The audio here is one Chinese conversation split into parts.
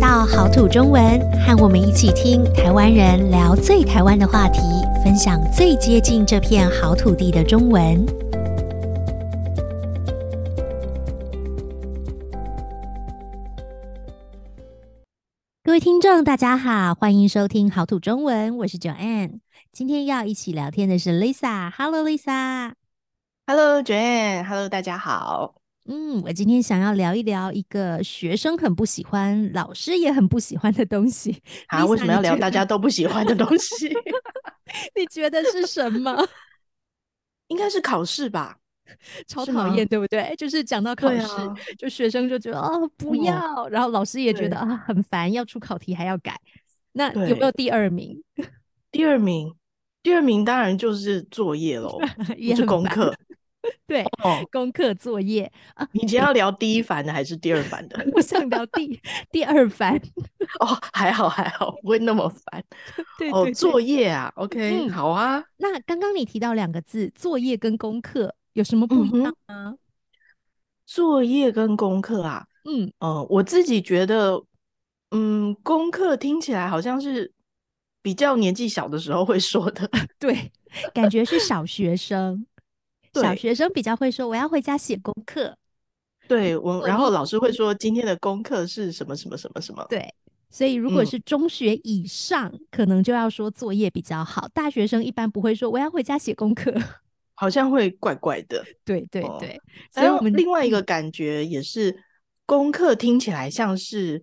到好土中文，和我们一起听台湾人聊最台湾的话题，分享最接近这片好土地的中文。各位听众，大家好，欢迎收听好土中文，我是 Joanne。今天要一起聊天的是 Lisa。Hello Lisa。 Hello Joanne，Hello 大家好。嗯，我今天想要聊一聊一个学生很不喜欢、老师也很不喜欢的东西。啊， Lisa，为什么要你聊觉大家得？都不喜欢的东西？你觉得是什么？ 应该是考试吧？超是讨吗？厌，对不对？就是讲到考对试，啊，就学生就觉得哦不哦，要，然后老师也觉得对啊很烦，要出考题还要改。那有没有对。第二名 第二名，第二名当然就是作业 喽，就也是很功烦？课。对，哦，功课作业啊，你今天要聊第一番的还是第二番的？ 我想聊第第二番。哦，还好还好，不会那么烦。对哦，对对，作业啊，OK，嗯，好啊。那刚刚你提到两个字，作业跟功课有什么不嗯一样哼，吗？作业跟功课啊，嗯，呃，我自己觉得，嗯，功课听起来好像是比较年纪小的时候会说的。对，感觉是小学 生，小对学生比较会说我要回家写功课、对，我作然后业。老师会说今天的功课是什么什么什么什么，对，所以如果嗯，是中学以上，可能就要说作业比较好。大学生一般不会说我要回家写功课。 好像会怪怪的对对哦。对，所以然我后们另外一个嗯，感觉也是，功课听起来像是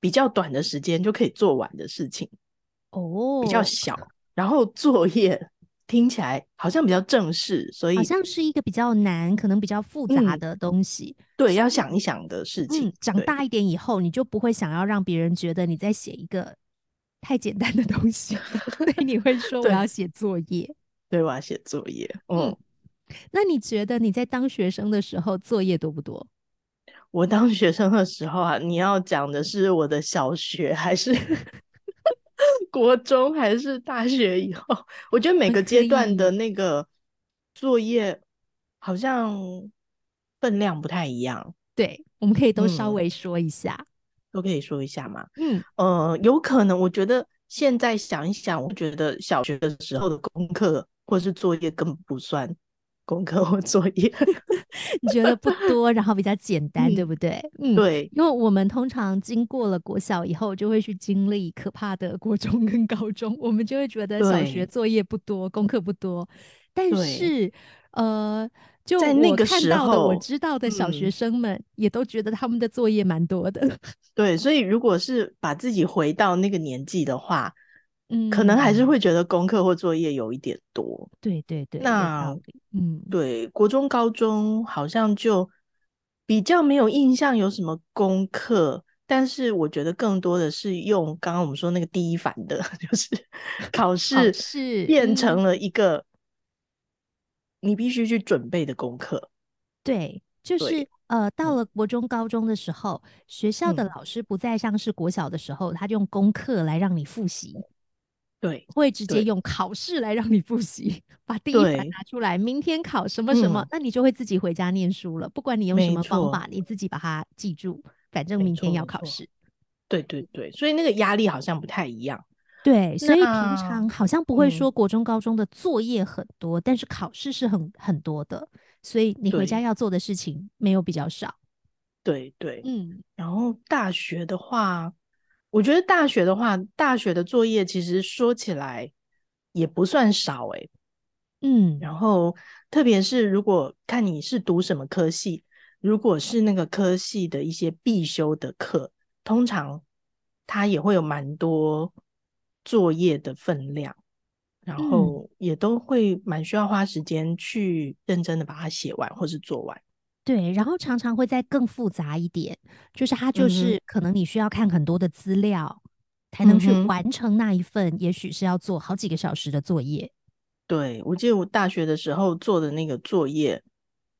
比较短的时间就可以做完的事情，比较哦，小，然后作业听起来好像比较正式，所好以像是一个比较难，可能比较复杂嗯，的东西，对，所要以想一想的事情，嗯，长对。大一点以后，你就不会想要让别人觉得你在写一个太简单的东西， 所以你会说我要对，写作业。对，我要写作业。嗯，嗯，那你觉得你在当学生的时候作业多不多？我当学生的时候啊，你要讲的是我的小学还是 国中还是大学以后？我觉得每呃个可阶段的以，那个作业好像分量不太一样。对，我们可以都稍嗯，微说一下。都可以说一下吗？嗯，呃，有可能，我觉得现在想一想，我觉得小学的时候的功课或是作业根本不算功课或作业。 你觉得不多，然后比较简单，对嗯，不对？嗯，对。因为我们通常经过了国小以后，就会去经历可怕的国中跟高中，我们就会觉得小学对作业不多，功课不多。但对，是，呃，就在那我个看时到的，我候，知道的小学嗯，生们也都觉得他们的作业蛮多的。 对，所以如果是把自己回到那个年纪的话，可能还是嗯，会觉得功课或作业有一点多。对对对，有道那理。嗯，对国中、高中好像就比较没有印象有什么功课，但是我觉得更多的是用刚刚我们说那个第一反的， 就是考考试试，变嗯。成了一个你必须去准备的功课。对，就是对，呃，到嗯了国中、高中的时候，学校的嗯，老师不再像是国小的时候，他就用功课来让你复习，对会直接对用考试来让你复习，把第一版对，拿出来，明天考什么什么，嗯，那你就会自己回家念书了。不管你用什没么方错。法，你自己把它记住，反正没明天错，要没考错，试。对对对，所以那个压力好像不太一样。对，所以平那，常好像不会嗯，说国中、高中的作业很多，但是考试是很很多的，所以你回家对要做的事情没有比较少。对对。嗯，然后大学的话，我觉得大学的话，大学的作业其实说起来也不算少诶。嗯，然后，特别是如果看你是读什么科系，如果是那个科系的一些必修的课，通常它也会有蛮多作业的分量。然嗯。后也都会蛮需要花时间去认真的把它写完或是做完。对，然后常常会再更复杂一点，就是它就嗯哼，是可能你需要看很多的资料，才能嗯去哼，完成那一份，也许是要做好几个小时的作业。对，我记得我大学的时候做的那个作业，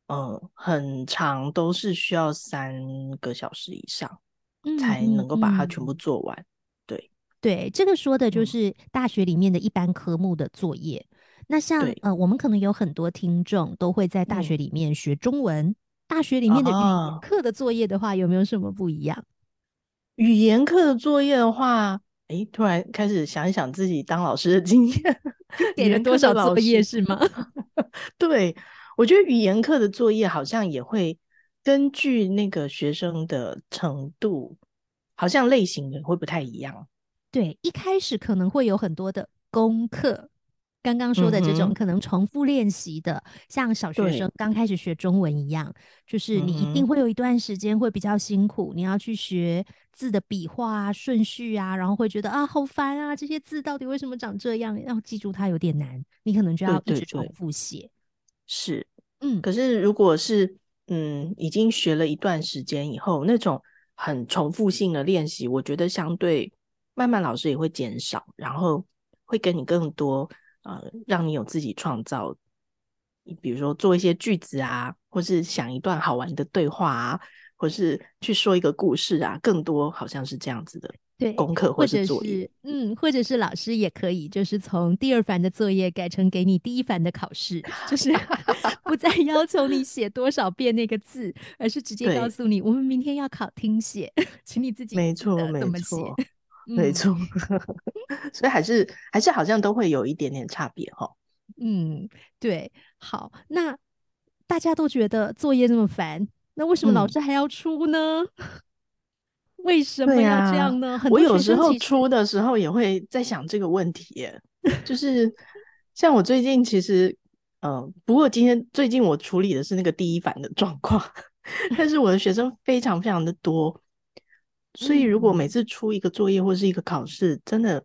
嗯，很长，都是需要三个小时以上嗯才嗯能够把它全部嗯，做完。对，对，这个说的就嗯，是大学里面的一般科目的作业。那像对，呃，我们可能有很多听众都会在大学嗯，里面学中文，大学里面的语言啊，课的作业的话，有没有什么不一样？语言课的作业的话，诶，突然开始想一想自己当老师的经验， 给语了言多课的少老作业师是吗？ 对，我觉得语言课的作业好像也会根据那个学生的程度，好像类型也会不太一样。对，一开始可能会有很多的功课，刚刚说的这嗯种哼可能重复练习的，像小学对生刚开始学中文一样，就是你一定嗯哼会有一段时间会比较辛苦，你要去学字的笔画啊、顺序啊，然后会觉得啊好烦啊，这些字到底为什么长这样？要记住它有点难，你可能就对要一对直重对，复写。是。嗯，可是如果是嗯，已经学了一段时间以后，那种很重复性的练习，我觉得相对慢慢老师也会减少，然后会给你更多呃，让你有自己创造，你比如说做一些句子啊，或是想一段好玩的对话啊，或是去说一个故事啊，更多好像是这样子的对，功课或或是者作业。是嗯，或者是老师也可以，就是从第二番的作业改成给你第一番的考试，就是 不再要求你写多少遍那个字，而是直接告对，诉你，我们明天要考听写， 请你自己没记错，得怎没么写。错，没嗯错， 所以还是还是好像都会有一点点差别哈、哦。嗯，对，好，那大家都觉得作业这么烦，那为什么老嗯。师还要出呢？ 为什对么要这呀，样呢？很我多有学时生候其实，出的时候也会在想这个问题耶， 就是像我最近其实，嗯、不过今天最近我处理的是那个第一版的状况， 但是我的学生非常非常的多，所以如果每嗯，次出一个作业或是一个考试，真的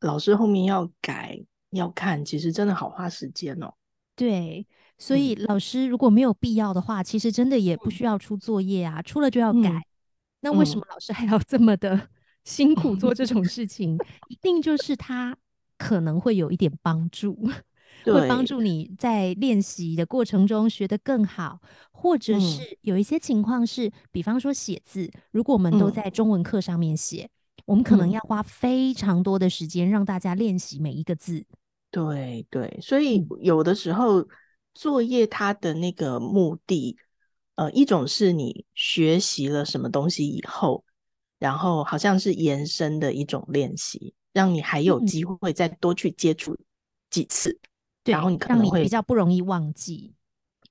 老师后面要改要看，其实真的好花时间哦。对，所以嗯老师如果没有必要的话，其实真的也不嗯需要出作业啊，出了就要改。嗯那为什么嗯，老师还要这么的 辛苦做这种事情？一定就是他可能会有一点帮助，会帮对，助你在练习的过程中学得更好，或者嗯是有一些情况是，比方说写字，如果我们都嗯在中文课上面写，我们可能嗯。要花非常多的时间让大家练习每一个字。对对，所以嗯，有的时候作业它的那个目的，呃，一种是你学习了什么东西以后，然后好像是延伸的一种练习，让你还有嗯，机会再多去接触几次，然后对，你可让能你比会，较不容易忘记。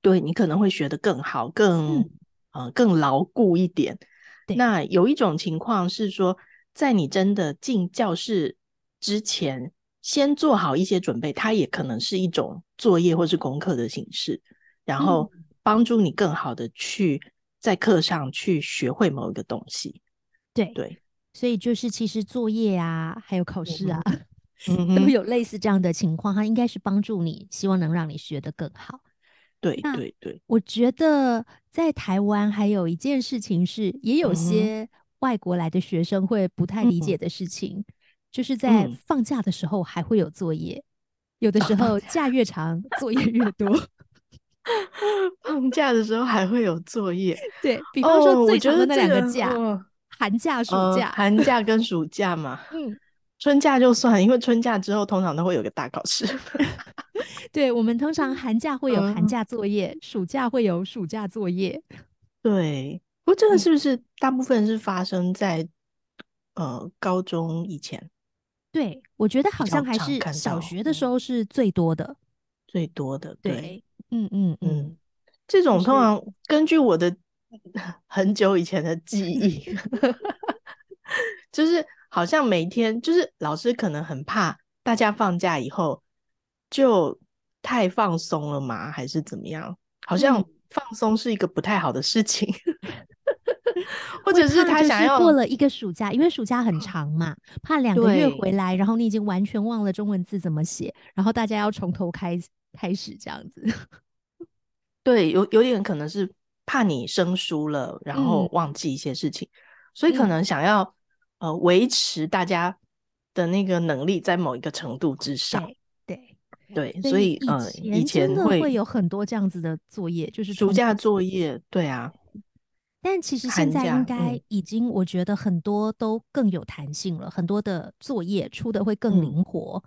对，你可能会学得更好，嗯，更呃更牢固一点。对，那有一种情况是说，在你真的进教室之前，先做好一些准备，它也可能是一种作业或是功课的形式，然后嗯，帮助你更好的去在课上去学会某一个东西。对，对，所以就是其实作业啊，还有考嗯试啊，哼，嗯都哼，有类似这样的情况，它应该是帮助你，希望能让你学得更好。对那对对，我觉得在台湾还有一件事情是，也有嗯哼，些外国来的学生会不太理解嗯的事情，就是在嗯，放假的时候还会有作业，有的啊， 时放候假假越长，作业越 多。放假的时候还会有作业对，比方说哦，我最觉长的那得这两个，个假，嗯。寒假、暑呃，假，寒假跟暑假嘛，嗯。春假就算，因为春假之后通常都会有个大考试。 对，我们通常寒假会有寒嗯，假作业，暑假会有暑假作业。对。不过这个嗯，是不是大部分是发生在呃高中以前对，我觉得比好像较还常是看小到，学的时嗯，候是最多的。最多的，对，对，嗯嗯嗯，嗯，这就种通是常根据我的 很久以前的记忆， 就是好像每天，就是老师可能很怕大家放假以后就太放松了嘛，还是怎么样？好像嗯，放松是一个不太好的事情， 或会者是怕他就想是过要，了一个暑假，因为暑假很长嘛，怕两个月回对来，然后你已经完全忘了中文字怎么写，然后大家要从头开始开始这样子。对，有有点可能是怕你生疏了，然后嗯忘记一些事情，所以可嗯，能想要呃维持大家的那个能力在某一个程度之上，对对，对，所所以以以呃以前真前的会会有很多这样子的作业，就是暑重假复作作业。业，对啊。但其实现寒在应假，该嗯已经，我觉得很多都更有弹性了，很多的作业出的会更嗯，灵活，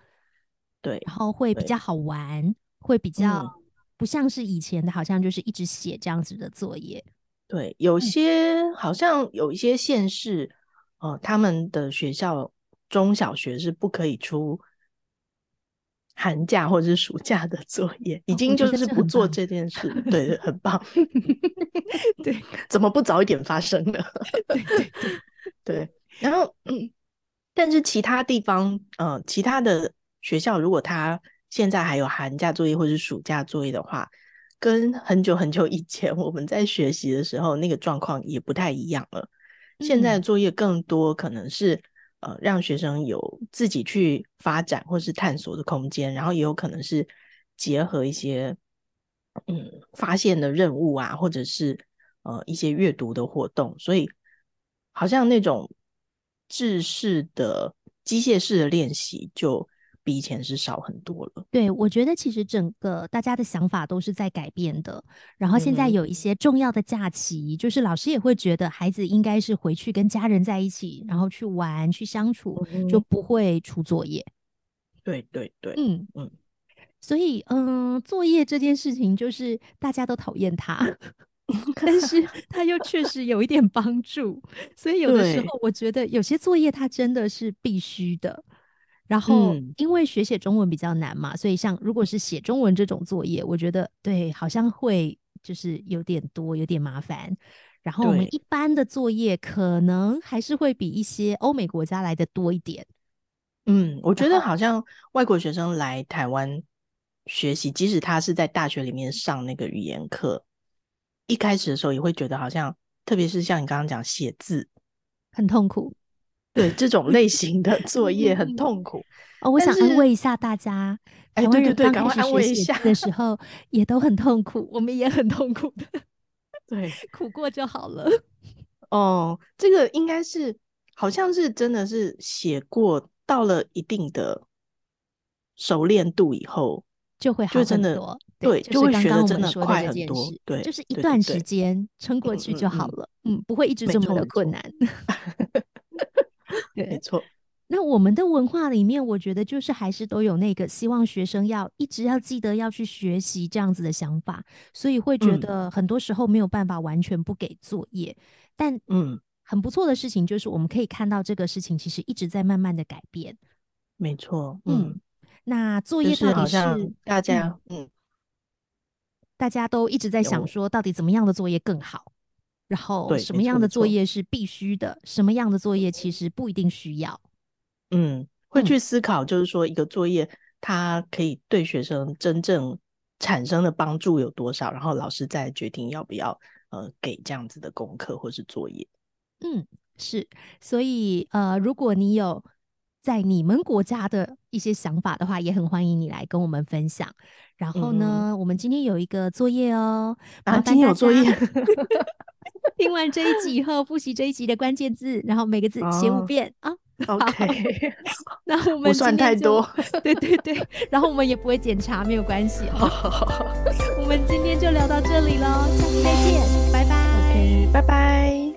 对然后会比较对，好玩，会比较嗯不像是以前的，好像就是一直写这样子的作业。对，有嗯些好像有一些县市，呃，他们的学校中小学是不可以出寒假或者是暑假的作业，已哦经我觉就得是这不很做棒这件事，对，对很棒。 对，怎么不早一点发生呢？对对 对，然后，嗯，但是其他地方，呃，其他的学校，如果他现在还有寒假作业或是暑假作业的话，跟很久很久以前我们在学习的时候那个状况也不太一样了。现在的嗯作业更多可能是呃，让学生有自己去发展或是探索的空间，然后也有可能是结合一些嗯发现的任务啊，或者是呃一些阅读的活动，所以好像那种制式的机械式的练习就比以前是少很多了。对，我觉得其实整个大家的想法都是在改变的。然后现在嗯哼有一些重要的假期，就是老师也会觉得孩子应该是回去跟家人在一起，然后去玩、去相处，就嗯不会出作业。对对对，嗯嗯所以，嗯，作业这件事情就是大家都讨厌它，但 是它又确实有一点帮助。所以有的时对候，我觉得有些作业它真的是必须的。然后嗯，因为学写中文比较难嘛，所以像如果是写中文这种作业，我觉得对，好像会就是有点多，有点麻烦。然后我们对一般的作业可能还是会比一些欧美国家来的多一点。嗯，我觉然得后好像外国学生来台湾学习，即使他是在大学里面上那个语言课，一开始的时候也会觉得好像，特别是像你刚刚讲写字，很痛苦。对这种类型的作嗯业嗯很 嗯痛苦。哦，我但想安是慰一下大家，哎台对湾对人对刚赶开快始安学慰一写下字的时 候也都很痛苦，我们也很痛苦的，对， 苦过就好 了。哦，这个应该是好像是真的是写过到了一定的熟练度以后，就会就好真很的多，对，就就是会刚学刚的我真们的说的快这很件多事，，对就是一对段对时对，间撑过嗯去嗯就好嗯，了，嗯，不会一直没这么错的没困错 难。没对，错，那我们的文化里面，我觉得就是还是都有那个希望学生要一直要记得要去学习这样子的想法，所以会觉嗯得很多时候没有办法完全不给作业，但嗯，很不错的事情就是我们可以看到这个事情其实一直在慢慢的改变。没错，嗯，嗯，那作就业是到底好像是大嗯，家嗯大家都一直在想有说到底怎么样的作业更好，然后对，什没么错样没的作错，业是必须的，什么样的作业其实不一定需要。嗯，会嗯，去思考，就是说一个作业它可以对学生真正产生的帮助有多少，然后老师再决定要不要呃给这样子的功课或是作业。嗯，是，所以呃，如果你有在你们国家的一些想法的话，也很欢迎你来跟我们分享。然后嗯，呢，我们今天有一个作业哦，啊，麻今烦天大有作业 家听完这一集以后，复习这一集的关键字，然后每个字写五哦遍啊。 ，OK，好，那我不们今天算太就，多，对对对，然后我们也不会检查，没有关系 好哦。好好好我们今天就聊到这里喽，下次再见，拜拜。 ，OK，拜拜。